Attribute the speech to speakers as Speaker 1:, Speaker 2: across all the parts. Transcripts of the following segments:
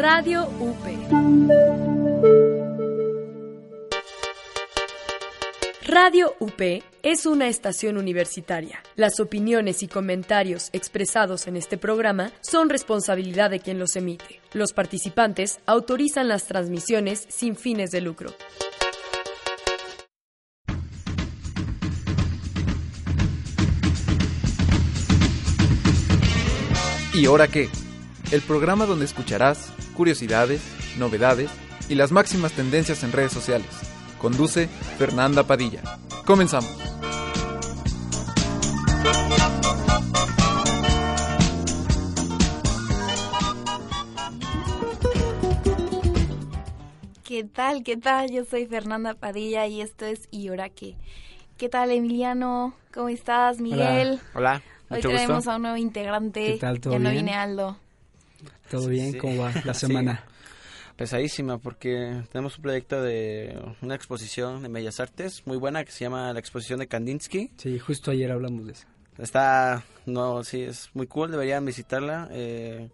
Speaker 1: Radio UP. Radio UP es una estación universitaria. Las opiniones y comentarios expresados en este programa son responsabilidad de quien los emite. Los participantes autorizan las transmisiones sin fines de lucro.
Speaker 2: ¿Y ahora qué? El programa donde escucharás curiosidades, novedades y las máximas tendencias en redes sociales. Conduce Fernanda Padilla. Comenzamos.
Speaker 3: ¿Qué tal? ¿Qué tal? Yo soy Fernanda Padilla y esto es ¿Y ahora qué? ¿Qué tal, Emiliano? ¿Cómo estás, Miguel?
Speaker 4: Hola,
Speaker 3: Hoy
Speaker 4: mucho
Speaker 3: traemos
Speaker 4: gusto.
Speaker 3: a un nuevo integrante.
Speaker 5: ¿Qué tal? ¿Todo
Speaker 3: ya no
Speaker 5: bien?
Speaker 3: viene Aldo.
Speaker 5: ¿Todo bien?
Speaker 4: Sí.
Speaker 5: ¿Cómo va la
Speaker 4: Sí.
Speaker 5: semana?
Speaker 4: Pesadísima porque tenemos un proyecto de una exposición de Bellas Artes muy buena que se llama la exposición de Kandinsky.
Speaker 5: Sí. justo ayer hablamos de eso.
Speaker 4: Está, no, sí, es muy cool, deberían visitarla. eh,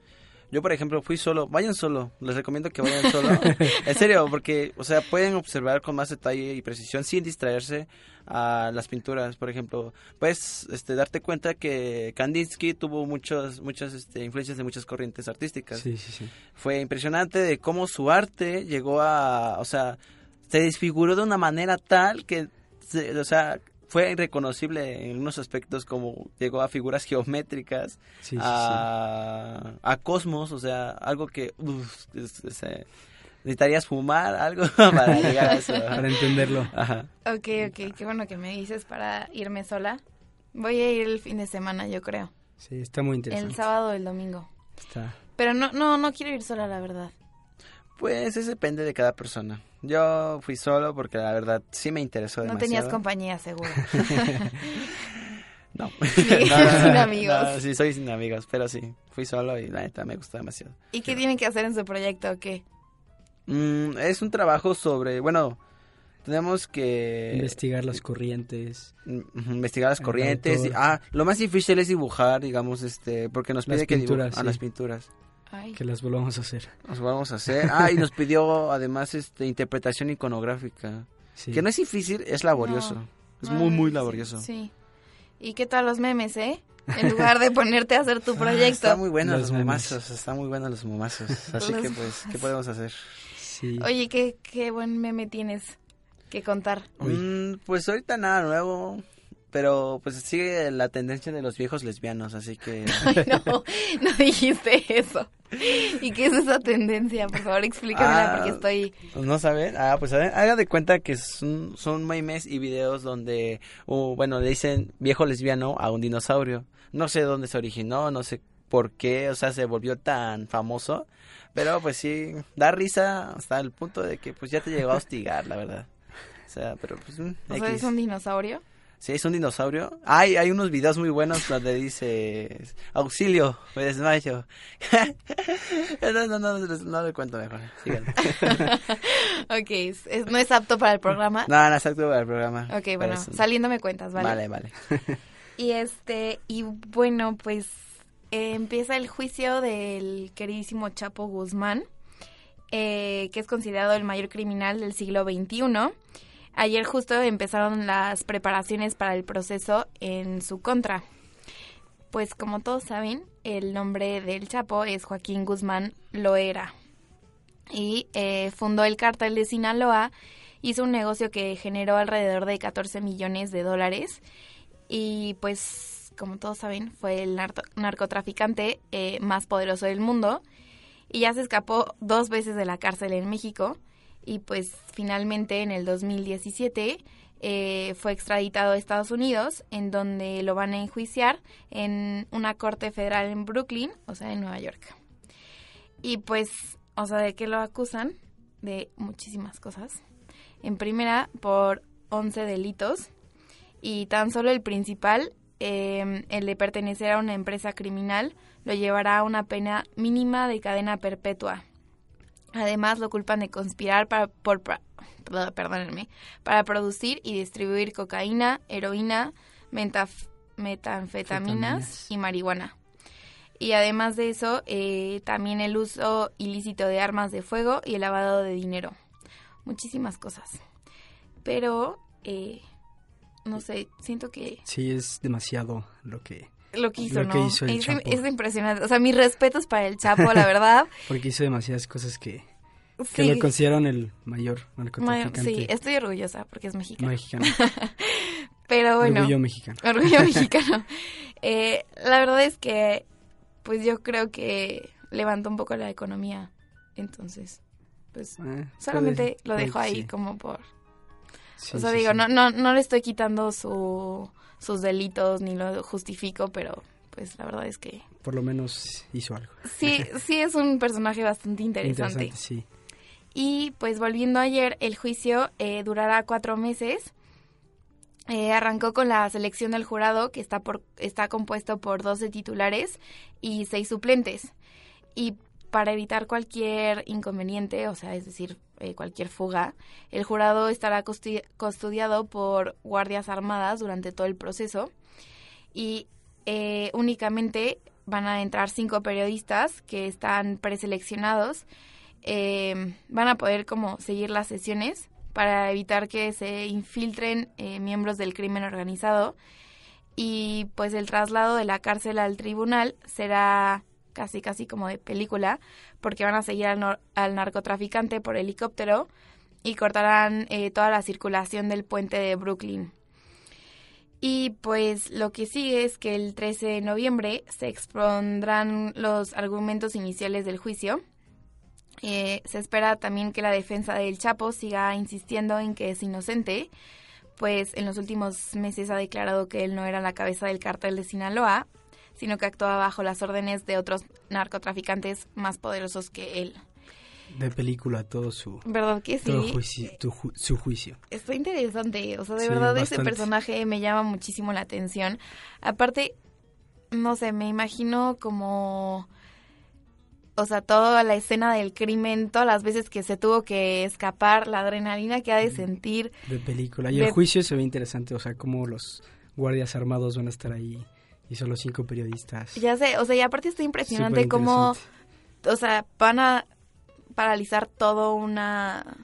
Speaker 4: yo, por ejemplo, fui solo, vayan solo, les recomiendo que vayan solo. en serio, porque, o sea, pueden observar con más detalle y precisión sin distraerse a las pinturas, por ejemplo. Puedes este, darte cuenta que Kandinsky tuvo muchas, muchas este, influencias de muchas corrientes artísticas
Speaker 5: Sí, sí, sí.
Speaker 4: fue impresionante de cómo su arte llegó a, o sea, se desfiguró de una manera tal que, se- o sea, fue irreconocible en unos aspectos como llegó a figuras geométricas,
Speaker 5: Sí, sí,
Speaker 4: Ah. a, a cosmos, o sea, algo que uf, es- es, eh, necesitarías fumar, algo para llegar a eso.
Speaker 5: sí. Para entenderlo.
Speaker 4: Ajá.
Speaker 3: Ok, ok, qué bueno que me dices para irme sola. Voy a ir el fin de semana, yo creo.
Speaker 5: Sí, está muy interesante.
Speaker 3: El sábado o el domingo.
Speaker 5: Está-
Speaker 3: Pero no, no, no quiero ir sola, la verdad.
Speaker 4: Pues eso depende de cada persona. Yo fui solo porque la verdad sí me interesó
Speaker 3: No tenías
Speaker 4: demasiado.
Speaker 3: compañía, seguro.
Speaker 4: No.
Speaker 3: Sí, sin amigos.
Speaker 4: no, sí, soy sin amigos, pero sí. Fui solo y la neta me gustó demasiado.
Speaker 3: ¿Y qué tienen que hacer en su proyecto o qué?
Speaker 4: Mm, es un trabajo sobre, bueno, tenemos que
Speaker 5: Investigar las corrientes.
Speaker 4: mm, ujú, investigar las
Speaker 5: el
Speaker 4: corrientes. y-
Speaker 5: autor.
Speaker 4: ah, lo más difícil es dibujar, digamos, este, porque nos
Speaker 5: Las
Speaker 4: pide que dibu-
Speaker 5: pinturas,
Speaker 4: a
Speaker 5: sí.
Speaker 4: las pinturas.
Speaker 3: Ay,
Speaker 5: Que las volvamos a hacer.
Speaker 4: Nos vamos a hacer. Ah, y nos pidió además este interpretación iconográfica,
Speaker 5: Sí.
Speaker 4: que no es difícil, es laborioso. Es
Speaker 3: no,
Speaker 4: muy
Speaker 3: no,
Speaker 4: muy
Speaker 3: sí,
Speaker 4: laborioso.
Speaker 3: Sí. ¿Y qué tal los memes, eh? En lugar de ponerte a hacer tu proyecto.
Speaker 4: Ah, Está muy buenos
Speaker 5: Los
Speaker 4: los,
Speaker 5: memes.
Speaker 4: momazos, están muy buenos los momazos. Así
Speaker 3: Los
Speaker 4: que pues, ¿qué podemos hacer?
Speaker 5: Sí.
Speaker 3: Oye, qué, qué buen meme tienes que contar.
Speaker 5: Uy.
Speaker 4: Mm, pues ahorita nada nuevo, pero pues sigue la tendencia de los viejos lesbianos, así que...
Speaker 3: Ay, no, no dijiste eso. ¿Y qué es esa tendencia? Por favor, explícamela
Speaker 4: Ah.
Speaker 3: porque estoy...
Speaker 4: No saben, ah, pues hagan- haga de cuenta que son, son memes y videos donde, o, bueno, le dicen viejo lesbiano a un dinosaurio. No sé dónde se originó, no sé por qué, o sea, se volvió tan famoso, pero pues sí, da risa hasta el punto de que pues ya te llegó a hostigar, la verdad. O sea, pero pues... mm,
Speaker 3: ¿O sea,
Speaker 4: X.
Speaker 3: es un dinosaurio?
Speaker 4: Sí, es un dinosaurio. Hay, hay unos videos muy buenos donde dice auxilio, me desmayo. no, no, no, no, no le cuento mejor. síganlo.
Speaker 3: Ok, es- es- no es apto para el programa.
Speaker 4: No, no, exacto para el programa.
Speaker 3: ok,
Speaker 4: Para
Speaker 3: bueno,
Speaker 4: eso.
Speaker 3: saliendo me cuentas, ¿vale?
Speaker 4: Vale, vale.
Speaker 3: Y este, y bueno, pues eh, empieza el juicio del queridísimo Chapo Guzmán, eh, que es considerado el mayor criminal del siglo XXI. Ayer justo empezaron las preparaciones para el proceso en su contra. Pues como todos saben, el nombre del Chapo es Joaquín Guzmán Loera. Y eh, fundó el cártel de Sinaloa, hizo un negocio que generó alrededor de 14 millones de dólares y pues, como todos saben, fue el narto- narcotraficante eh, más poderoso del mundo. Y ya se escapó dos veces de la cárcel en México. Y pues finalmente en el 2017 eh, fue extraditado a Estados Unidos, en donde lo van a enjuiciar en una corte federal en Brooklyn, o sea, en Nueva York. Y pues, o sea, ¿de qué lo acusan? De muchísimas cosas. En primera, por 11 delitos. Y tan solo el principal, eh, el de pertenecer a una empresa criminal, lo llevará a una pena mínima de cadena perpetua. Además, lo culpan de conspirar para, por, pra- perdónenme, para producir y distribuir cocaína, heroína, mentaf- metanfetaminas
Speaker 5: Fetaminas.
Speaker 3: y marihuana. Y además de eso, eh, también el uso ilícito de armas de fuego y el lavado de dinero. Muchísimas cosas. Pero, eh, no sé, siento que
Speaker 5: Sí, es demasiado lo que...
Speaker 3: lo que hizo,
Speaker 5: Lo que
Speaker 3: ¿no?
Speaker 5: hizo el
Speaker 3: es,
Speaker 5: Chapo.
Speaker 3: es impresionante. O sea, mis respetos para el Chapo, la verdad.
Speaker 5: Porque hizo demasiadas cosas que, que
Speaker 3: Sí.
Speaker 5: lo consideran el mayor narcotraficante
Speaker 3: Ma- sí, estoy orgullosa porque es mexicano.
Speaker 5: mexicano.
Speaker 3: Pero bueno.
Speaker 5: Orgullo mexicano.
Speaker 3: Orgullo mexicano. Eh, la verdad es que, pues yo creo que levantó un poco la economía. Entonces, pues
Speaker 5: Eh,
Speaker 3: solamente
Speaker 5: puede-
Speaker 3: lo
Speaker 5: puede
Speaker 3: dejo
Speaker 5: que
Speaker 3: ahí
Speaker 5: sí.
Speaker 3: como por...
Speaker 5: Sí,
Speaker 3: o sea,
Speaker 5: sí,
Speaker 3: digo,
Speaker 5: sí.
Speaker 3: No, no, no le estoy quitando su, sus delitos ni lo justifico, pero pues la verdad es que
Speaker 5: Por lo menos hizo algo.
Speaker 3: sí, sí es un personaje bastante interesante.
Speaker 5: sí.
Speaker 3: Y pues volviendo ayer, el juicio eh, durará cuatro meses. Eh, arrancó con la selección del jurado, que está, por, está compuesto por 12 titulares y seis suplentes. Y para evitar cualquier inconveniente, o sea, es decir, eh, cualquier fuga, el jurado estará costi- custodiado por guardias armadas durante todo el proceso. Y eh, únicamente van a entrar cinco periodistas que están preseleccionados eh, van a poder como seguir las sesiones para evitar que se infiltren eh, miembros del crimen organizado y pues el traslado de la cárcel al tribunal será casi casi como de película porque van a seguir al, nor- al narcotraficante por helicóptero y cortarán eh, toda la circulación del puente de Brooklyn. Y pues lo que sigue es que el 13 de noviembre se expondrán los argumentos iniciales del juicio. Eh, se espera también que la defensa del Chapo siga insistiendo en que es inocente, pues en los últimos meses ha declarado que él no era la cabeza del cártel de Sinaloa, sino que actuaba bajo las órdenes de otros narcotraficantes más poderosos que él.
Speaker 5: De película todo su,
Speaker 3: ¿Verdad que sí?
Speaker 5: todo juicio, tu ju- su juicio.
Speaker 3: Está interesante, o sea, de
Speaker 5: Sí,
Speaker 3: verdad ese
Speaker 5: bastante.
Speaker 3: personaje me llama muchísimo la atención. Aparte, no sé, me imagino como, o sea, toda la escena del crimen, todas las veces que se tuvo que escapar, la adrenalina que ha de sentir.
Speaker 5: De película. Y
Speaker 3: De-
Speaker 5: el juicio se ve interesante, o sea, cómo los guardias armados van a estar ahí y solo cinco periodistas.
Speaker 3: Ya sé, o sea, y aparte está impresionante cómo,
Speaker 5: Superinteresante.
Speaker 3: o sea, van a paralizar todo una,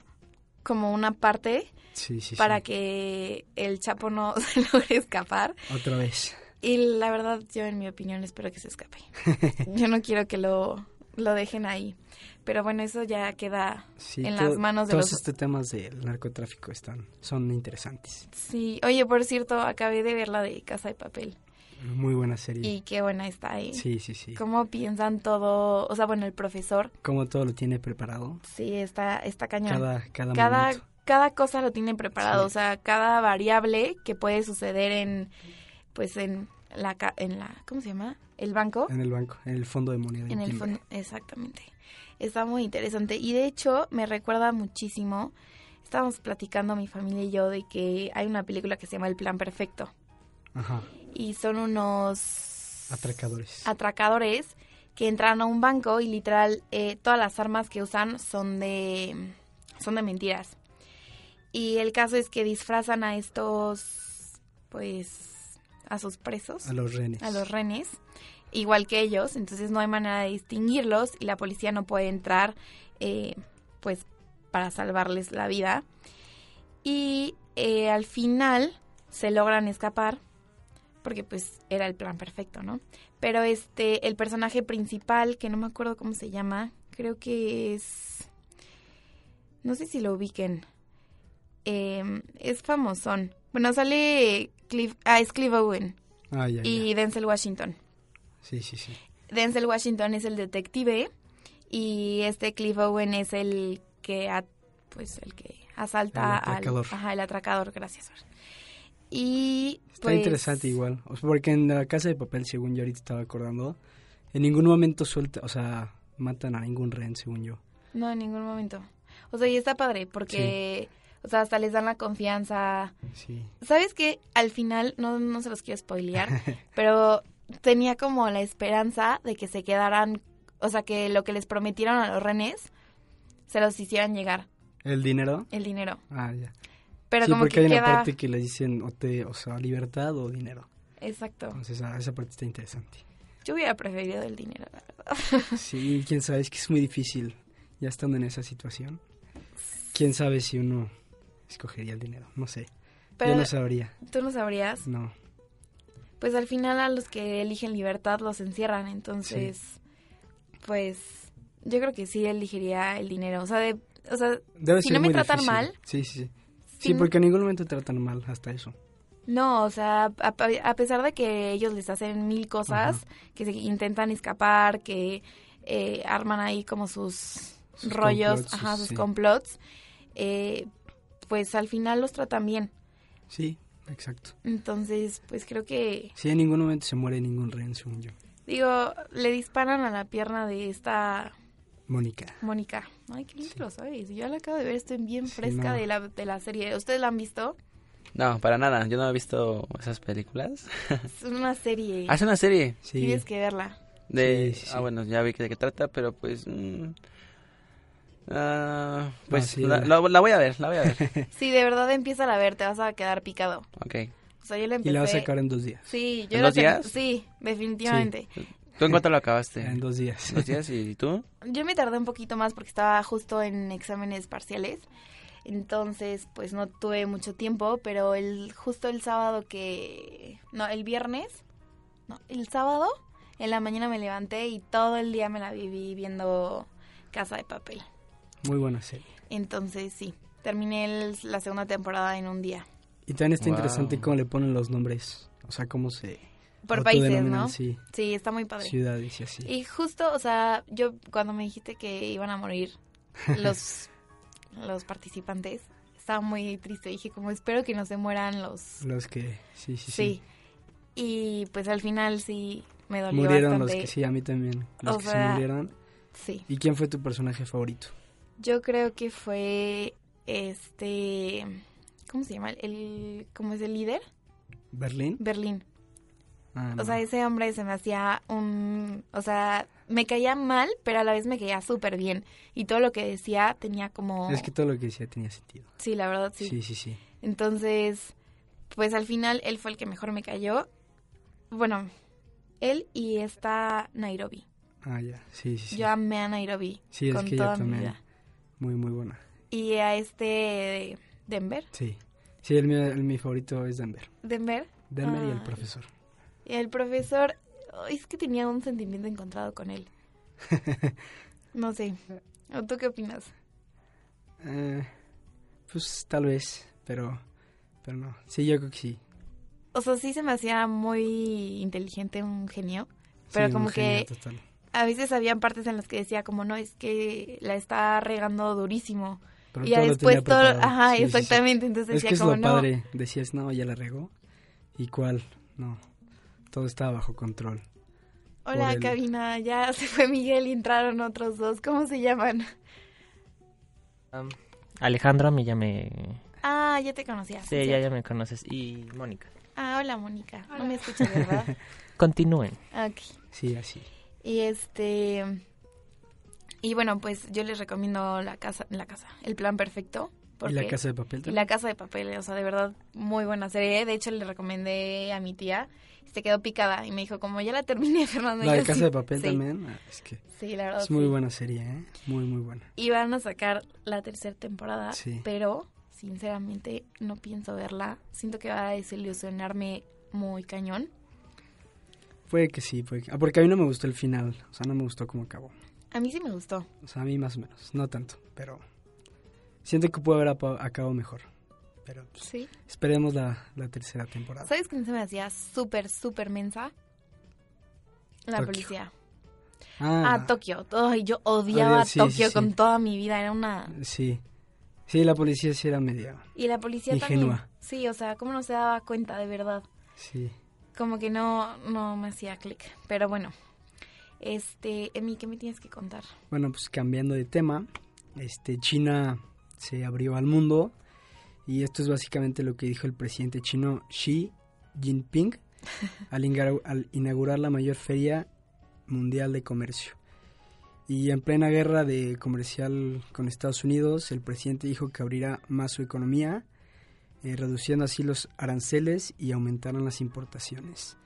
Speaker 3: como una parte
Speaker 5: Sí, sí, sí.
Speaker 3: para que el Chapo no se logre escapar.
Speaker 5: Otra vez.
Speaker 3: Y la verdad, yo en mi opinión espero que se escape. Yo no quiero que lo, lo dejen ahí. Pero bueno, eso ya queda...
Speaker 5: Sí,
Speaker 3: En
Speaker 5: todo-
Speaker 3: las manos de
Speaker 5: todos
Speaker 3: los-
Speaker 5: estos temas del narcotráfico están, son interesantes.
Speaker 3: Sí, oye, por cierto, acabé de ver la de Casa de Papel.
Speaker 5: Muy buena serie.
Speaker 3: Y qué buena está ahí.
Speaker 5: Sí, sí, sí.
Speaker 3: ¿Cómo piensan todo? O sea, bueno, el profesor,
Speaker 5: Cómo todo lo tiene preparado.
Speaker 3: sí, está, está cañón.
Speaker 5: Cada, cada,
Speaker 3: cada,
Speaker 5: momento.
Speaker 3: cada cosa lo tienen preparado,
Speaker 5: Sí.
Speaker 3: o sea, cada variable que puede suceder en, pues, en la, ca- en la, ¿cómo se llama? El banco.
Speaker 5: En el banco, en el fondo de moneda. y
Speaker 3: En el
Speaker 5: timbre.
Speaker 3: fondo, exactamente. Está muy interesante. Y de hecho, me recuerda muchísimo. Estábamos platicando mi familia y yo de que hay una película que se llama El Plan Perfecto.
Speaker 5: Ajá,
Speaker 3: Y son unos
Speaker 5: atracadores.
Speaker 3: atracadores que entran a un banco y literal eh, todas las armas que usan son de son de mentiras. Y el caso es que disfrazan a estos pues a sus presos
Speaker 5: a los renes.
Speaker 3: a los renes, igual que ellos, entonces no hay manera de distinguirlos y la policía no puede entrar eh, pues para salvarles la vida. Y eh, al final se logran escapar, porque pues era el plan perfecto, ¿no? Pero este, el personaje principal, que no me acuerdo cómo se llama, creo que es... No sé si lo ubiquen. Eh, es famosón. Bueno, sale Cliff... Ah, es Cliff Owen
Speaker 5: Ah, ya, ya.
Speaker 3: y Denzel Washington.
Speaker 5: Sí, sí, sí.
Speaker 3: Denzel Washington es el detective y este Cliff Owen es el que a- pues el que asalta
Speaker 5: El atracador.
Speaker 3: al ajá, el atracador, gracias. Fer. Y
Speaker 5: Está
Speaker 3: pues,
Speaker 5: interesante igual. O sea, porque en la casa de papel, según yo ahorita estaba acordando, en ningún momento suelta, o sea, matan a ningún rehén, según yo.
Speaker 3: No, en ningún momento. O sea, y está padre porque, o sea, hasta les dan la confianza.
Speaker 5: Sí.
Speaker 3: ¿Sabes qué? Al final, no, no se los quiero spoilear, pero tenía como la esperanza de que se quedaran, o sea, que lo que les prometieron a los renes se los hicieran llegar,
Speaker 5: ¿El dinero?
Speaker 3: el dinero.
Speaker 5: Ah, ya.
Speaker 3: Pero
Speaker 5: sí,
Speaker 3: como
Speaker 5: porque
Speaker 3: que
Speaker 5: hay una
Speaker 3: queda...
Speaker 5: parte que le dicen, o, te, o sea, libertad o dinero.
Speaker 3: Exacto.
Speaker 5: Entonces, ah, esa parte está interesante.
Speaker 3: Yo hubiera preferido el dinero, la verdad.
Speaker 5: Sí, quién sabe, es que es muy difícil ya estando en esa situación. Quién sabe si uno escogería el dinero, no sé.
Speaker 3: Pero
Speaker 5: Yo no sabría,
Speaker 3: tú no sabrías.
Speaker 5: no.
Speaker 3: Pues al final a los que eligen libertad los encierran, entonces, pues yo creo que sí elegiría el dinero. O sea, de, o sea
Speaker 5: Debe
Speaker 3: Si
Speaker 5: ser
Speaker 3: no me
Speaker 5: muy
Speaker 3: tratan
Speaker 5: difícil.
Speaker 3: mal,
Speaker 5: Sí, sí, sí. Sí,
Speaker 3: sin-
Speaker 5: porque en ningún momento tratan mal hasta eso.
Speaker 3: No, o sea, a, a pesar de que ellos les hacen mil cosas, que se intentan escapar, que eh, arman ahí como sus,
Speaker 5: Sus
Speaker 3: rollos,
Speaker 5: complots,
Speaker 3: ajá,
Speaker 5: sus-
Speaker 3: sus
Speaker 5: sí.
Speaker 3: complots, eh, pues al final los tratan bien.
Speaker 5: Sí, exacto.
Speaker 3: Entonces, pues creo que,
Speaker 5: Sí, en ningún momento se muere ningún rehén, según yo.
Speaker 3: digo, le disparan a la pierna de esta
Speaker 5: Mónica.
Speaker 3: Mónica. Ay, qué lindo lo sabes. Yo la acabo de ver, estoy bien
Speaker 5: Sí,
Speaker 3: fresca
Speaker 5: no.
Speaker 3: de, la, de la serie. ¿Ustedes la han visto?
Speaker 4: No, para nada. Yo no he visto esas películas.
Speaker 3: Es una serie.
Speaker 4: Hace una serie
Speaker 5: Ah, Sí.
Speaker 3: Tienes que verla.
Speaker 4: de...
Speaker 5: Sí, sí,
Speaker 4: Ah,
Speaker 5: sí.
Speaker 4: bueno, ya vi de qué trata, pero pues... mm, ah, pues
Speaker 5: sí,
Speaker 4: la,
Speaker 5: ya.
Speaker 4: la- la voy a ver, la voy a ver.
Speaker 3: Sí, de verdad empieza a ver, te vas a quedar picado.
Speaker 4: ok.
Speaker 3: O sea, yo la empecé.
Speaker 5: Y la va a sacar en dos días.
Speaker 3: Sí, yo
Speaker 4: ¿En
Speaker 3: la
Speaker 4: dos
Speaker 3: ten-
Speaker 4: días?
Speaker 3: Sí, definitivamente.
Speaker 4: ¿Tú en cuánto lo
Speaker 5: En
Speaker 4: acabaste?
Speaker 5: dos días.
Speaker 4: ¿Dos días? ¿Y tú?
Speaker 3: Yo me tardé un poquito más porque estaba justo en exámenes parciales. Entonces, pues no tuve mucho tiempo, pero el justo el sábado que no, el viernes, no, el sábado en la mañana me levanté y todo el día me la viví viendo Casa de Papel.
Speaker 5: Muy buena serie.
Speaker 3: Entonces, sí, terminé el- la segunda temporada en un día.
Speaker 5: Y también está
Speaker 4: Wow.
Speaker 5: interesante cómo le ponen los nombres. O sea, cómo se... Ah,
Speaker 3: Por países,
Speaker 5: autodenominan,
Speaker 3: ¿no? Sí.
Speaker 5: Sí,
Speaker 3: está muy padre.
Speaker 5: ciudades y así.
Speaker 3: Y justo, o sea, yo cuando me dijiste que iban a morir los, los participantes, estaba muy triste. Dije, como espero que no se mueran los... Sí.
Speaker 5: Los que... Sí, sí, sí.
Speaker 3: Y pues al final sí me dolió
Speaker 5: Murieron los
Speaker 3: bastante.
Speaker 5: que sí, a mí también. Los
Speaker 3: O
Speaker 5: que
Speaker 3: sea-
Speaker 5: se murieron.
Speaker 3: Sí.
Speaker 5: ¿Y quién fue tu personaje favorito?
Speaker 3: Yo creo que fue este... ¿Cómo se llama? El, ¿Cómo es el líder?
Speaker 5: ¿Berlín?
Speaker 3: Berlín.
Speaker 5: Ah, no.
Speaker 3: O sea, ese hombre se me hacía un... O sea, me caía mal, pero a la vez me caía súper bien. Y todo lo que decía tenía como...
Speaker 5: Es que todo lo que decía tenía sentido.
Speaker 3: Sí, la verdad,
Speaker 5: Sí, sí, sí.
Speaker 3: Entonces, pues al final él fue el que mejor me cayó. Bueno, él y esta Nairobi.
Speaker 5: Ah, ya. Sí, sí, sí.
Speaker 3: Yo amé a Nairobi
Speaker 5: Sí, es
Speaker 3: con
Speaker 5: que
Speaker 3: toda
Speaker 5: yo
Speaker 3: mi
Speaker 5: también.
Speaker 3: vida.
Speaker 5: Muy, muy buena.
Speaker 3: Y a este Denver.
Speaker 5: Sí. Sí, el, mío- el- mi favorito es Denver.
Speaker 3: Denver.
Speaker 5: Denver y
Speaker 3: Ay.
Speaker 5: el profesor.
Speaker 3: Y el profesor, ay, es que tenía un sentimiento encontrado con él. No sé. ¿O ¿Tú qué opinas?
Speaker 5: Eh, pues tal vez, pero, pero no. Sí, yo creo que sí.
Speaker 3: O sea, sí se me hacía muy inteligente, un genio.
Speaker 5: Sí,
Speaker 3: Pero
Speaker 5: un
Speaker 3: como
Speaker 5: genio
Speaker 3: que
Speaker 5: total.
Speaker 3: a veces había partes en las que decía como, no, es que la está regando durísimo.
Speaker 5: Pero
Speaker 3: y ya
Speaker 5: todo lo
Speaker 3: después
Speaker 5: tenía
Speaker 3: todo,
Speaker 5: preparado.
Speaker 3: ajá,
Speaker 5: Sí, sí, sí.
Speaker 3: exactamente, entonces
Speaker 5: Es
Speaker 3: decía
Speaker 5: que es
Speaker 3: como
Speaker 5: lo
Speaker 3: no,
Speaker 5: padre. Decías, no, ya la regó. ¿Y cuál? No. Todo estaba bajo control.
Speaker 3: hola
Speaker 5: por el-
Speaker 3: cabina, ya se fue Miguel y entraron otros dos, ¿cómo se llaman?
Speaker 6: Am, Alejandra, a mí ya me...
Speaker 3: Ah, ya te conocías.
Speaker 6: Sí, ya, ya me conoces. Y Mónica.
Speaker 3: Ah, hola Mónica, no me escuchas, ¿verdad?
Speaker 6: Continúen.
Speaker 3: ok,
Speaker 5: Sí, así.
Speaker 3: y este, y bueno, pues yo les recomiendo la casa, la casa, el plan perfecto.
Speaker 5: ¿Y
Speaker 3: Porque
Speaker 5: la casa de papel?
Speaker 3: Y La Casa de Papel, o sea, de verdad, muy buena serie. De hecho, le recomendé a mi tía, y se quedó picada y me dijo, como ya la terminé, Fernando.
Speaker 5: también? La
Speaker 3: Yo
Speaker 5: de casa
Speaker 3: sí,
Speaker 5: de papel
Speaker 3: sí,
Speaker 5: también. Ah, es que
Speaker 3: Sí, la verdad.
Speaker 5: es muy
Speaker 3: sí.
Speaker 5: buena serie, ¿eh? Muy, muy buena.
Speaker 3: Y van a sacar la tercera temporada,
Speaker 5: Sí.
Speaker 3: pero sinceramente no pienso verla. Siento que va a desilusionarme muy cañón.
Speaker 5: Puede que sí, puede que... Ah, porque a mí no me gustó el final. O sea, no me gustó cómo acabó.
Speaker 3: A mí sí me gustó.
Speaker 5: O sea, a mí más o menos. No tanto, pero... Siento que puede haber apa- acabado mejor. Pero pues,
Speaker 3: Sí.
Speaker 5: esperemos la, la tercera temporada.
Speaker 3: ¿Sabes quién se me hacía súper, súper mensa? La
Speaker 5: Tokio.
Speaker 3: policía.
Speaker 5: Ah,
Speaker 3: Ah, Tokio. Ay, yo odiaba
Speaker 5: Odia-
Speaker 3: a
Speaker 5: sí, sí,
Speaker 3: Tokio
Speaker 5: sí.
Speaker 3: con toda mi vida. Era una...
Speaker 5: Sí. Sí, la policía sí era media.
Speaker 3: Y la policía
Speaker 5: Ingenua.
Speaker 3: también. Sí, o sea, cómo no se daba cuenta, de verdad.
Speaker 5: Sí.
Speaker 3: Como que no, no me hacía clic. Pero bueno. Este, Emi, ¿qué me tienes que contar?
Speaker 5: Bueno, pues cambiando de tema, este, China se abrió al mundo y esto es básicamente lo que dijo el presidente chino Xi Jinping al, ingar- al inaugurar la mayor feria mundial de comercio. Y en plena guerra de comercial con Estados Unidos, el presidente dijo que abrirá más su economía, eh, reduciendo así los aranceles y aumentarán las importaciones.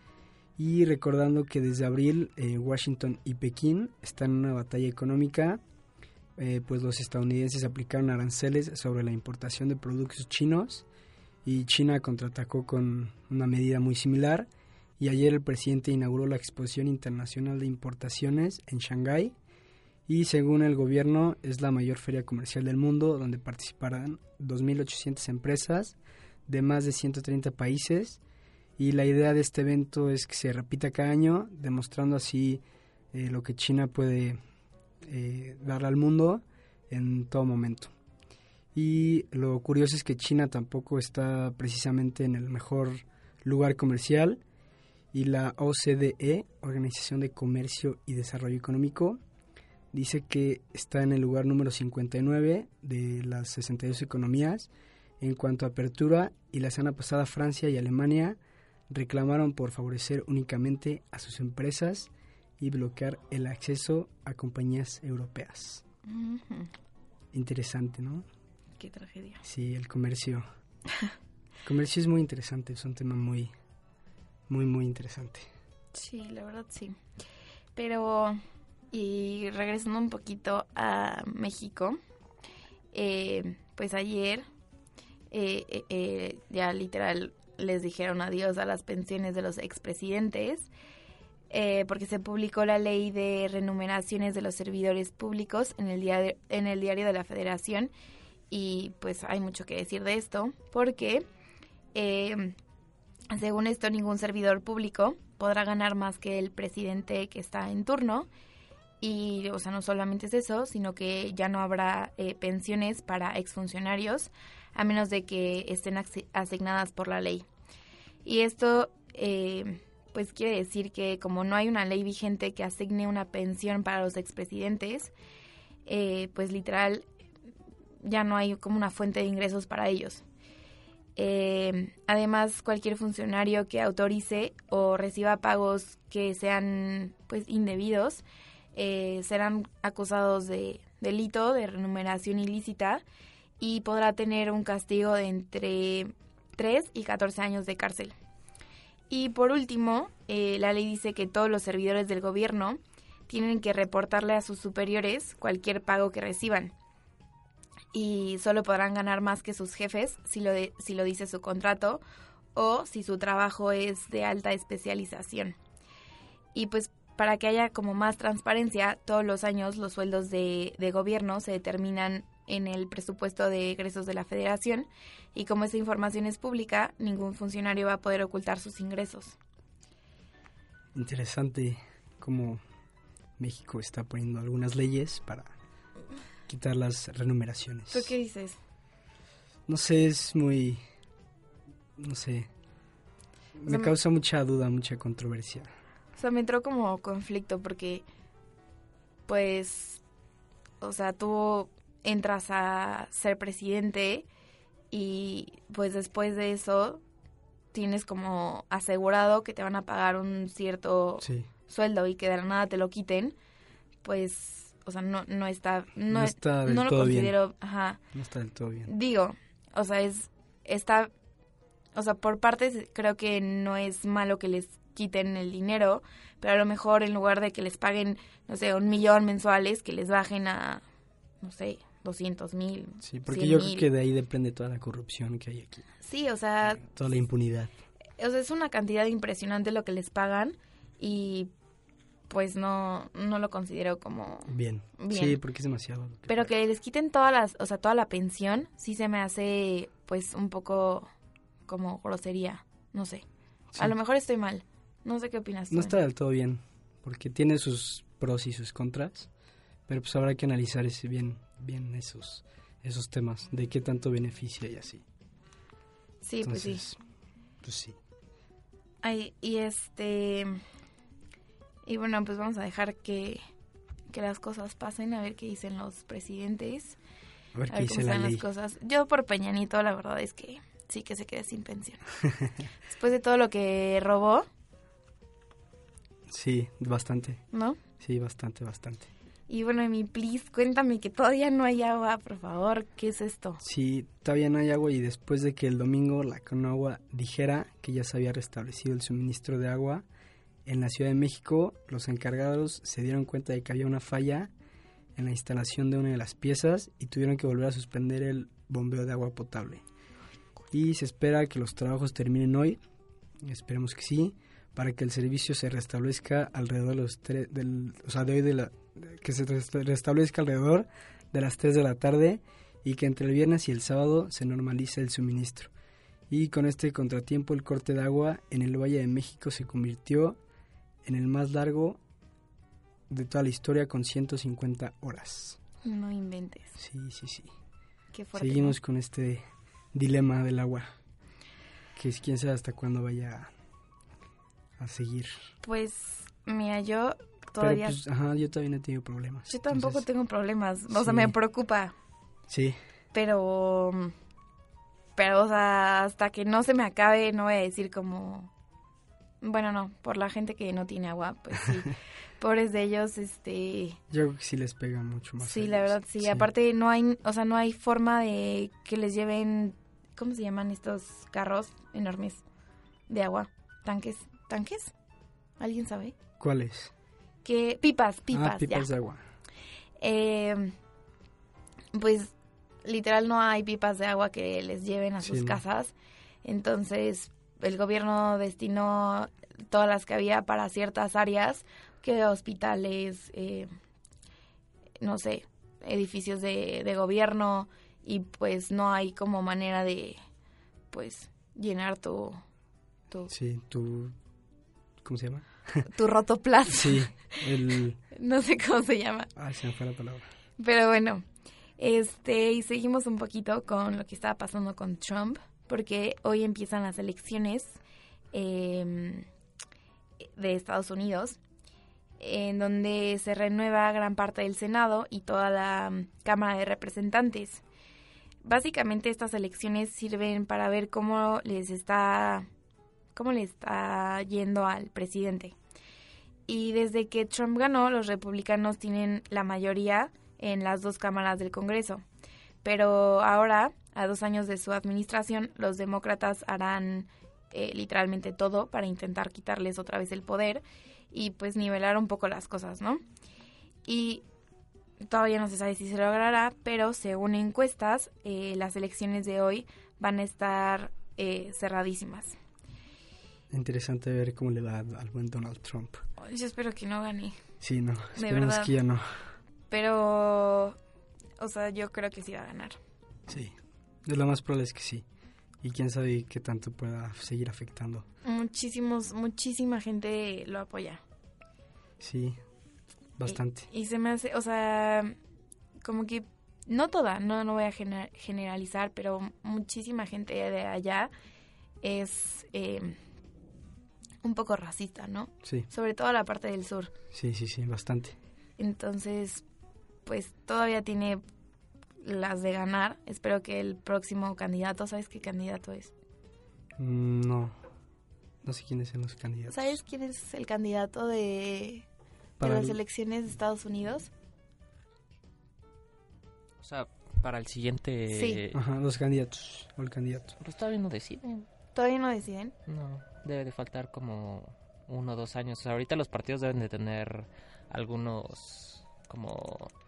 Speaker 5: Y recordando que desde abril eh, Washington y Pekín están en una batalla económica eh, pues los estadounidenses aplicaron aranceles sobre la importación de productos chinos y China contraatacó con una medida muy similar y ayer el presidente inauguró la Exposición Internacional de Importaciones en Shanghái y según el gobierno es la mayor feria comercial del mundo donde participarán 2.800 empresas de más de 130 países y la idea de este evento es que se repita cada año demostrando así eh, lo que China puede eh, darle al mundo en todo momento. Y lo curioso es que China tampoco está precisamente en el mejor lugar comercial y la OCDE, E, Organización de Comercio y Desarrollo Económico, dice que está en el lugar número 59 de las 62 economías en cuanto a apertura y la semana pasada Francia y Alemania reclamaron por favorecer únicamente a sus empresas y bloquear el acceso a compañías europeas.
Speaker 3: Ujú,
Speaker 5: Interesante, ¿no?
Speaker 3: Qué tragedia.
Speaker 5: Sí, el comercio. El comercio es muy interesante, es un tema muy, muy, muy interesante.
Speaker 3: Sí, la verdad sí. Pero, y regresando un poquito a México, eh, pues ayer eh, eh, eh, ya literal les dijeron adiós a las pensiones de los expresidentes, eh, porque se publicó la ley de renumeraciones de los servidores públicos en el, diario, en el diario de la Federación, y pues hay mucho que decir de esto, porque... eh, según esto, ningún servidor público podrá ganar más que el presidente que está en turno. Y, o sea, no solamente es eso, sino que ya no habrá eh, pensiones para exfuncionarios, a menos de que estén asi- asignadas por la ley. Y esto, eh, pues, quiere decir que como no hay una ley vigente que asigne una pensión para los expresidentes, eh, pues, literal, ya no hay como una fuente de ingresos para ellos. Eh, además, cualquier funcionario que autorice o reciba pagos que sean pues indebidos eh, serán acusados de delito de remuneración ilícita y podrá tener un castigo de entre 3 y 14 años de cárcel. Y por último, eh, la ley dice que todos los servidores del gobierno tienen que reportarle a sus superiores cualquier pago que reciban y solo podrán ganar más que sus jefes si lo, de- si lo dice su contrato o si su trabajo es de alta especialización. Y pues para que haya como más transparencia, todos los años los sueldos de, de gobierno se determinan en el presupuesto de egresos de la federación y como esa información es pública, ningún funcionario va a poder ocultar sus ingresos.
Speaker 5: Interesante cómo México está poniendo algunas leyes para quitar las renumeraciones.
Speaker 3: ¿Tú qué dices?
Speaker 5: No sé, es muy... No sé.
Speaker 3: O sea,
Speaker 5: Me
Speaker 3: me-
Speaker 5: causa mucha duda, mucha controversia.
Speaker 3: O sea, me entró como conflicto porque, pues, o sea, tú entras a ser presidente y pues después de eso tienes como asegurado que te van a pagar un cierto
Speaker 5: Sí.
Speaker 3: sueldo y que de la nada te lo quiten, pues, o sea, no, no está, no,
Speaker 5: No está del
Speaker 3: no lo
Speaker 5: todo bien.
Speaker 3: considero, ajá,
Speaker 5: No está del todo bien.
Speaker 3: Digo, o sea, es está o sea, por partes creo que no es malo que les quiten el dinero, pero a lo mejor en lugar de que les paguen, no sé, un millón mensuales, que les bajen a, no sé, 200 mil.
Speaker 5: Sí, porque yo
Speaker 3: 100,000.
Speaker 5: creo que de ahí depende toda la corrupción que hay aquí.
Speaker 3: Ah, Sí, o sea,
Speaker 5: Toda la impunidad.
Speaker 3: o sea, es una cantidad impresionante lo que les pagan y pues no, no lo considero como...
Speaker 5: Bien.
Speaker 3: Bien.
Speaker 5: Sí, porque es demasiado. lo que-
Speaker 3: Pero que les quiten todas las, o sea, toda la pensión, sí se me hace pues un poco como grosería, no sé.
Speaker 5: Sí.
Speaker 3: A lo mejor estoy mal. No sé qué opinas. tú. ¿eh?
Speaker 5: No está del todo bien, porque tiene sus pros y sus contras, pero pues habrá que analizar ese bien, bien esos, esos temas, de qué tanto beneficia y así.
Speaker 3: Sí, pues sí.
Speaker 5: Entonces, pues sí.
Speaker 3: Ay, y este Y bueno, pues vamos a dejar que, que las cosas pasen, a ver qué dicen los presidentes.
Speaker 5: A ver qué dice la ley.
Speaker 3: las cosas. Yo por Peñanito, la verdad es que sí que se quede sin pensión. Después de todo lo que robó,
Speaker 5: Sí, bastante.
Speaker 3: ¿no?
Speaker 5: Sí, bastante, bastante.
Speaker 3: Y bueno, mi please, cuéntame que todavía no hay agua, por favor. ¿Qué es esto?
Speaker 5: Sí, todavía no hay agua y después de que el domingo la Conagua dijera que ya se había restablecido el suministro de agua en la Ciudad de México, los encargados se dieron cuenta de que había una falla en la instalación de una de las piezas y tuvieron que volver a suspender el bombeo de agua potable. Y se espera que los trabajos terminen hoy, esperemos que sí, para que el servicio se restablezca alrededor de los tres, del, o sea, de hoy de la, que se resta- restablezca alrededor de las 3 de la tarde y que entre el viernes y el sábado se normalice el suministro. Y con este contratiempo el corte de agua en el Valle de México se convirtió en el más largo de toda la historia con 150 horas.
Speaker 3: No inventes.
Speaker 5: Sí, sí, sí.
Speaker 3: Qué fuerte.
Speaker 5: Seguimos con este dilema del agua, que es quién sabe hasta cuándo vaya a, a seguir.
Speaker 3: Pues, mira, yo todavía...
Speaker 5: Pero pues, ajá, yo todavía no he tenido problemas.
Speaker 3: yo tampoco
Speaker 5: entonces,
Speaker 3: tengo problemas. O sea,
Speaker 5: sí.
Speaker 3: me preocupa.
Speaker 5: Sí,
Speaker 3: pero pero o sea hasta que no se me acabe no voy a decir como bueno no por la gente que no tiene agua pues sí pobres de ellos este
Speaker 5: yo creo que sí les pega mucho más. a
Speaker 3: sí la
Speaker 5: ellos.
Speaker 3: verdad sí. aparte no hay o sea no hay forma de que les lleven cómo se llaman estos carros enormes de agua tanques tanques alguien sabe
Speaker 5: ¿Cuáles?
Speaker 3: que pipas pipas,
Speaker 5: ah,
Speaker 3: ya.
Speaker 5: pipas de agua.
Speaker 3: Eh, pues literal no hay pipas de agua que les lleven a
Speaker 5: Sí,
Speaker 3: sus
Speaker 5: no.
Speaker 3: casas. Entonces el gobierno destinó todas las que había para ciertas áreas, que hospitales, eh, no sé, edificios de, de gobierno y pues no hay como manera de pues llenar tu tu,
Speaker 5: Sí, tu... ¿Cómo se llama?
Speaker 3: tu rotoplas.
Speaker 5: Sí, el...
Speaker 3: No sé cómo se llama.
Speaker 5: Ay, se me fue la palabra.
Speaker 3: Pero bueno, este, y seguimos un poquito con lo que estaba pasando con Trump, porque hoy empiezan las elecciones eh, de Estados Unidos, en donde se renueva gran parte del Senado y toda la mm, Cámara de Representantes. Básicamente estas elecciones sirven para ver cómo les está cómo le está yendo al presidente. Y desde que Trump ganó, los republicanos tienen la mayoría en las dos cámaras del Congreso. Pero ahora, a dos años de su administración, los demócratas harán eh, literalmente todo para intentar quitarles otra vez el poder y pues nivelar un poco las cosas, ¿no? Y todavía no se sabe si se logrará, pero según encuestas, eh, las elecciones de hoy van a estar eh, cerradísimas.
Speaker 5: Interesante ver cómo le va al buen Donald Trump.
Speaker 3: Ay, Yo espero que no gane.
Speaker 5: Sí, no, esperemos
Speaker 3: verdad.
Speaker 5: que ya no.
Speaker 3: Pero, o sea, yo creo que sí va a ganar.
Speaker 5: Sí, de lo más probable es que sí. Y quién sabe qué tanto pueda seguir afectando.
Speaker 3: Muchísimos, muchísima gente lo apoya.
Speaker 5: Sí, bastante.
Speaker 3: Y se me hace, o sea, como que, no toda, no, no voy a gener- generalizar, pero muchísima gente de allá es eh, un poco racista, ¿no?
Speaker 5: Sí,
Speaker 3: Sobre todo la parte del sur.
Speaker 5: sí, sí, sí, bastante.
Speaker 3: Entonces, pues todavía tiene las de ganar. Espero que el próximo candidato, ¿sabes qué candidato es?
Speaker 5: Mm, No, no sé quiénes son los candidatos.
Speaker 3: ¿Sabes quién es el candidato de, de
Speaker 5: Para
Speaker 3: las
Speaker 5: el-
Speaker 3: elecciones de Estados Unidos?
Speaker 6: O sea, para el siguiente...
Speaker 3: Sí.
Speaker 5: Ajá, los candidatos, o el candidato.
Speaker 6: Pues todavía no deciden.
Speaker 3: Todavía no deciden.
Speaker 6: No, debe de faltar como uno o dos años. O sea, ahorita los partidos deben de tener algunos como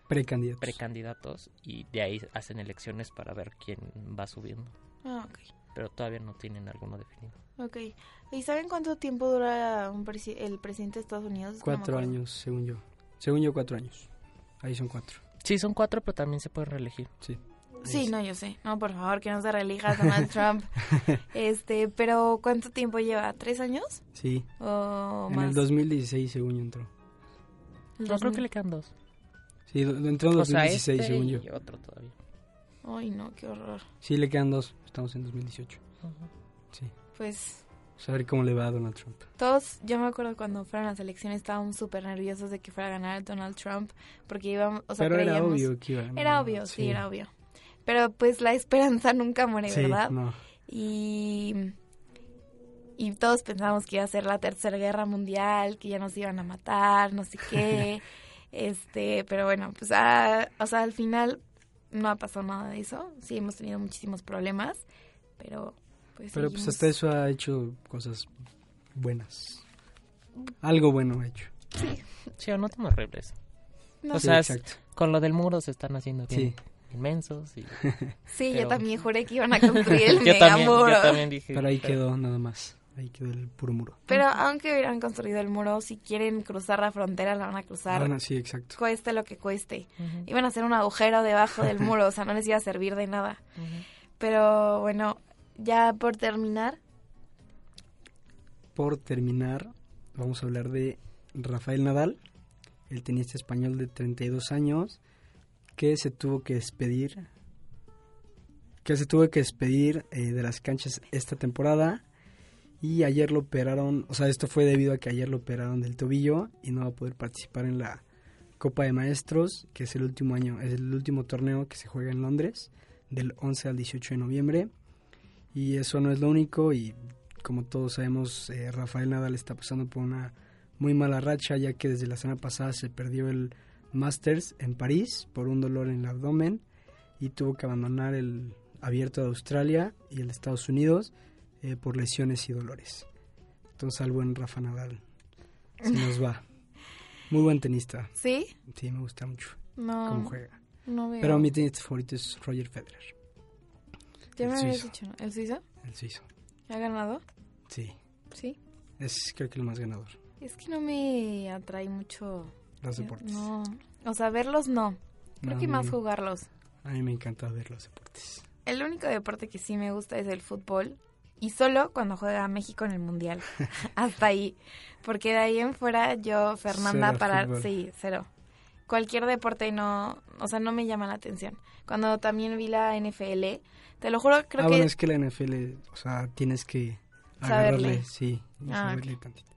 Speaker 5: Precandidatos.
Speaker 6: precandidatos y de ahí hacen elecciones para ver quién va subiendo.
Speaker 3: Ah, ok.
Speaker 6: Pero todavía no tienen alguno definido.
Speaker 3: Ok. ¿Y saben cuánto tiempo dura un presi- el presidente de Estados Unidos? No me
Speaker 5: cuatro
Speaker 3: acuerdo.
Speaker 5: años, según yo. Según yo, cuatro años. Ahí son cuatro.
Speaker 6: Sí, son cuatro, pero también se pueden reelegir.
Speaker 3: Sí, no, yo sé. No, por favor, que no se relija Donald Trump. Este, pero ¿cuánto tiempo lleva? ¿Tres años?
Speaker 5: Sí,
Speaker 3: ¿O
Speaker 5: en
Speaker 3: más?
Speaker 5: el 2016, según yo, entró.
Speaker 3: ¿El
Speaker 6: No, creo
Speaker 3: 2000?
Speaker 6: que le quedan dos.
Speaker 5: Sí, do- entró en
Speaker 3: Pues
Speaker 6: o sea,
Speaker 5: 2016,
Speaker 6: este
Speaker 5: según yo.
Speaker 6: y otro todavía.
Speaker 3: Ay, no, qué horror.
Speaker 5: Sí, le quedan dos. Estamos en 2018. Sí.
Speaker 3: Pues,
Speaker 5: Pues a ver cómo le va a Donald Trump.
Speaker 3: Todos, yo me acuerdo cuando fueron las elecciones estábamos súper nerviosos de que fuera a ganar Donald Trump porque íbamos, o sea,
Speaker 5: Pero era
Speaker 3: creíamos-
Speaker 5: obvio que iba a ganar.
Speaker 3: Era obvio, sí. era obvio. Pero pues la esperanza nunca muere,
Speaker 5: Sí,
Speaker 3: ¿verdad?
Speaker 5: no.
Speaker 3: Y y todos pensábamos que iba a ser la tercera guerra mundial, que ya nos iban a matar, no sé qué. este, pero bueno, pues ah, o sea, al final no ha pasado nada de eso. Sí hemos tenido muchísimos problemas, pero pues
Speaker 5: Pero pues
Speaker 3: seguimos.
Speaker 5: hasta eso ha hecho cosas buenas. Algo bueno ha hecho.
Speaker 6: Sí, o no tan horribles.
Speaker 3: No
Speaker 6: o
Speaker 5: Sí,
Speaker 6: sea, es-
Speaker 5: exacto.
Speaker 6: con lo del muro se están haciendo
Speaker 5: Sí.
Speaker 6: bien inmensos. Y...
Speaker 3: Sí, yo
Speaker 6: pero-
Speaker 3: también juré que iban a construir el
Speaker 6: yo, también,
Speaker 3: megamuro.
Speaker 6: yo también dije.
Speaker 5: Pero ahí quedó nada más. Ahí quedó el puro muro.
Speaker 3: Pero aunque hubieran construido el muro, si quieren cruzar la frontera, la van a cruzar.
Speaker 5: Bueno, sí, exacto.
Speaker 3: Cueste lo que cueste.
Speaker 6: Ujú,
Speaker 3: Iban a hacer un agujero debajo del muro, o sea, no les iba a servir de nada.
Speaker 6: ujú.
Speaker 3: Pero bueno, ya por terminar,
Speaker 5: Por terminar, vamos a hablar de Rafael Nadal, el tenista español de 32 años, que se tuvo que despedir, que se tuvo que despedir eh, de las canchas esta temporada. Y ayer lo operaron, o sea, esto fue debido a que ayer lo operaron del tobillo y no va a poder participar en la Copa de Maestros, que es el último año, es el último torneo que se juega en Londres, del 11 al 18 de noviembre. Y eso no es lo único y como todos sabemos, eh, Rafael Nadal está pasando por una muy mala racha, ya que desde la semana pasada se perdió el Masters en París por un dolor en el abdomen y tuvo que abandonar el abierto de Australia y el de Estados Unidos eh, por lesiones y dolores. Entonces al buen Rafa Nadal se nos va. Muy buen tenista,
Speaker 3: ¿sí?
Speaker 5: sí, me gusta mucho cómo
Speaker 3: No,
Speaker 5: juega.
Speaker 3: no veo.
Speaker 5: Pero mi tenista favorito es Roger Federer,
Speaker 3: ya
Speaker 5: el
Speaker 3: me habías
Speaker 5: suizo.
Speaker 3: dicho, ¿no? ¿El suizo?
Speaker 5: el suizo.
Speaker 3: ¿Ha ganado?
Speaker 5: Sí,
Speaker 3: Sí.
Speaker 5: es creo que el más ganador.
Speaker 3: Es que no me atrae mucho.
Speaker 5: Los deportes.
Speaker 3: No. O sea, verlos no. Creo
Speaker 5: No,
Speaker 3: que
Speaker 5: no,
Speaker 3: más
Speaker 5: no.
Speaker 3: jugarlos.
Speaker 5: A mí me encanta ver los deportes.
Speaker 3: El único deporte que sí me gusta es el fútbol. Y solo cuando juega México en el Mundial. Hasta ahí. Porque de ahí en fuera yo, Fernanda,
Speaker 5: Cero
Speaker 3: para...
Speaker 5: fútbol.
Speaker 3: Sí, cero. Cualquier deporte no... O sea, no me llama la atención. Cuando también vi la NFL, te lo juro, creo
Speaker 5: ah,
Speaker 3: que...
Speaker 5: bueno, es que la NFL, o sea, tienes que
Speaker 3: Saberle.
Speaker 5: agarrarle, sí, y
Speaker 3: Ah,
Speaker 5: saberle tantito.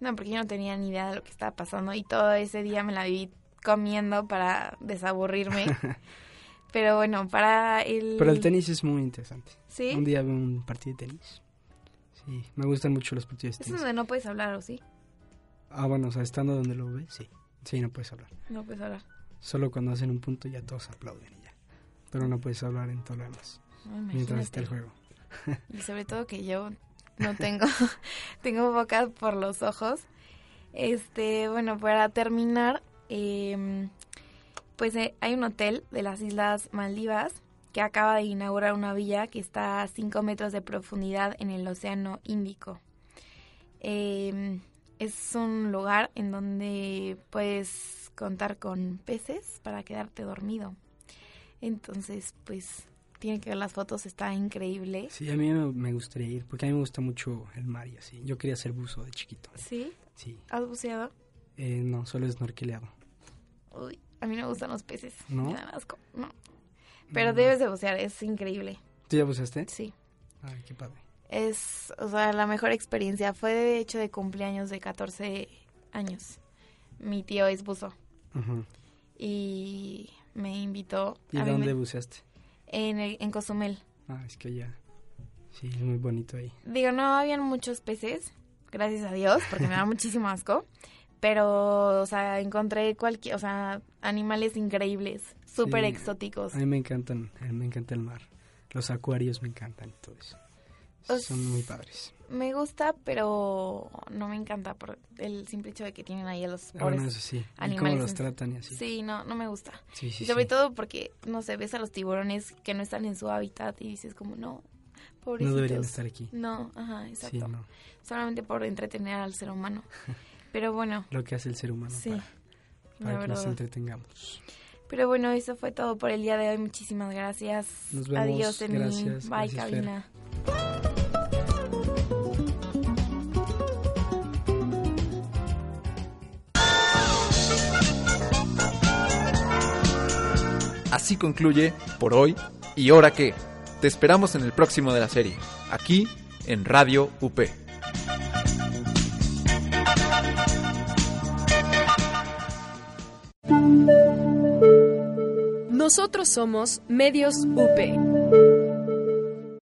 Speaker 3: No, porque yo no tenía ni idea de lo que estaba pasando. Y todo ese día me la viví comiendo para desaburrirme. Pero bueno, para el...
Speaker 5: Pero el tenis es muy interesante.
Speaker 3: ¿Sí?
Speaker 5: Un día veo un partido de tenis. Sí, me gustan mucho los partidos de
Speaker 3: Es
Speaker 5: tenis.
Speaker 3: donde no puedes hablar, ¿o sí?
Speaker 5: Ah, bueno, o sea, estando donde lo ves, sí. Sí, no puedes hablar.
Speaker 3: No puedes hablar.
Speaker 5: Solo cuando hacen un punto ya todos aplauden y ya. Pero no puedes hablar en todo lo demás,
Speaker 3: No,
Speaker 5: mientras
Speaker 3: imagínate.
Speaker 5: está el juego.
Speaker 3: Y sobre todo que yo no tengo, tengo boca por los ojos. Este, bueno, para terminar, eh, pues eh, hay un hotel de las Islas Maldivas que acaba de inaugurar una villa que está a 5 metros de profundidad en el Océano Índico. Eh, es un lugar en donde puedes contar con peces para quedarte dormido. Entonces, pues, tienen que ver las fotos, está increíble.
Speaker 5: Sí, a mí me me gustaría ir, porque a mí me gusta mucho el mar y así. Yo quería ser buzo de chiquito.
Speaker 3: ¿Sí?
Speaker 5: Sí.
Speaker 3: ¿Has buceado?
Speaker 5: Eh, no, solo snorkeleado.
Speaker 3: Uy, a mí no me gustan los peces.
Speaker 5: ¿No?
Speaker 3: Me dan asco. No. Pero debes de bucear, es increíble.
Speaker 5: ¿Tú ya buceaste?
Speaker 3: Sí.
Speaker 5: Ah, qué padre.
Speaker 3: Es, o sea, la mejor experiencia. Fue de hecho de cumpleaños de 14 años. Mi tío es buzo
Speaker 5: Ajá.
Speaker 3: y me invitó.
Speaker 5: ¿Y
Speaker 3: a mí
Speaker 5: dónde
Speaker 3: me-
Speaker 5: buceaste?
Speaker 3: en, el- en Cozumel.
Speaker 5: Ah, es que ya. Sí, es muy bonito ahí.
Speaker 3: Digo, no habían muchos peces, gracias a Dios, porque me da muchísimo asco. Pero, o sea, encontré cualquier, o sea, animales increíbles, súper
Speaker 5: Sí.
Speaker 3: exóticos.
Speaker 5: A mí me encantan, a mí me encanta el mar. Los acuarios me encantan y todo eso.
Speaker 3: Os-
Speaker 5: Son muy padres.
Speaker 3: Me gusta, pero no me encanta por el simple hecho de que tienen ahí a los
Speaker 5: Ah, Bueno,
Speaker 3: pobres.
Speaker 5: eso sí. Y cómo
Speaker 3: animales
Speaker 5: los
Speaker 3: en-
Speaker 5: tratan y así.
Speaker 3: Sí, no, no me gusta.
Speaker 5: sí, sí.
Speaker 3: y sobre
Speaker 5: sí.
Speaker 3: todo porque, no sé, ves a los tiburones que no están en su hábitat y dices como, no, pobrecitos.
Speaker 5: no deberían estar aquí.
Speaker 3: No, ajá,
Speaker 5: Sí,
Speaker 3: exacto.
Speaker 5: no.
Speaker 3: Solamente por entretener al ser humano. Pero bueno,
Speaker 5: Lo que hace el ser humano
Speaker 3: sí,
Speaker 5: para, para
Speaker 3: la
Speaker 5: que nos
Speaker 3: verdad.
Speaker 5: entretengamos.
Speaker 3: Pero bueno, eso fue todo por el día de hoy. Muchísimas gracias.
Speaker 5: Nos vemos.
Speaker 3: Adiós, Emi.
Speaker 5: Gracias,
Speaker 3: Bye,
Speaker 5: gracias, Fer.
Speaker 3: cabina.
Speaker 2: Así concluye por hoy y ahora qué. Te esperamos en el próximo de la serie, aquí en Radio UP.
Speaker 1: Nosotros somos Medios UP.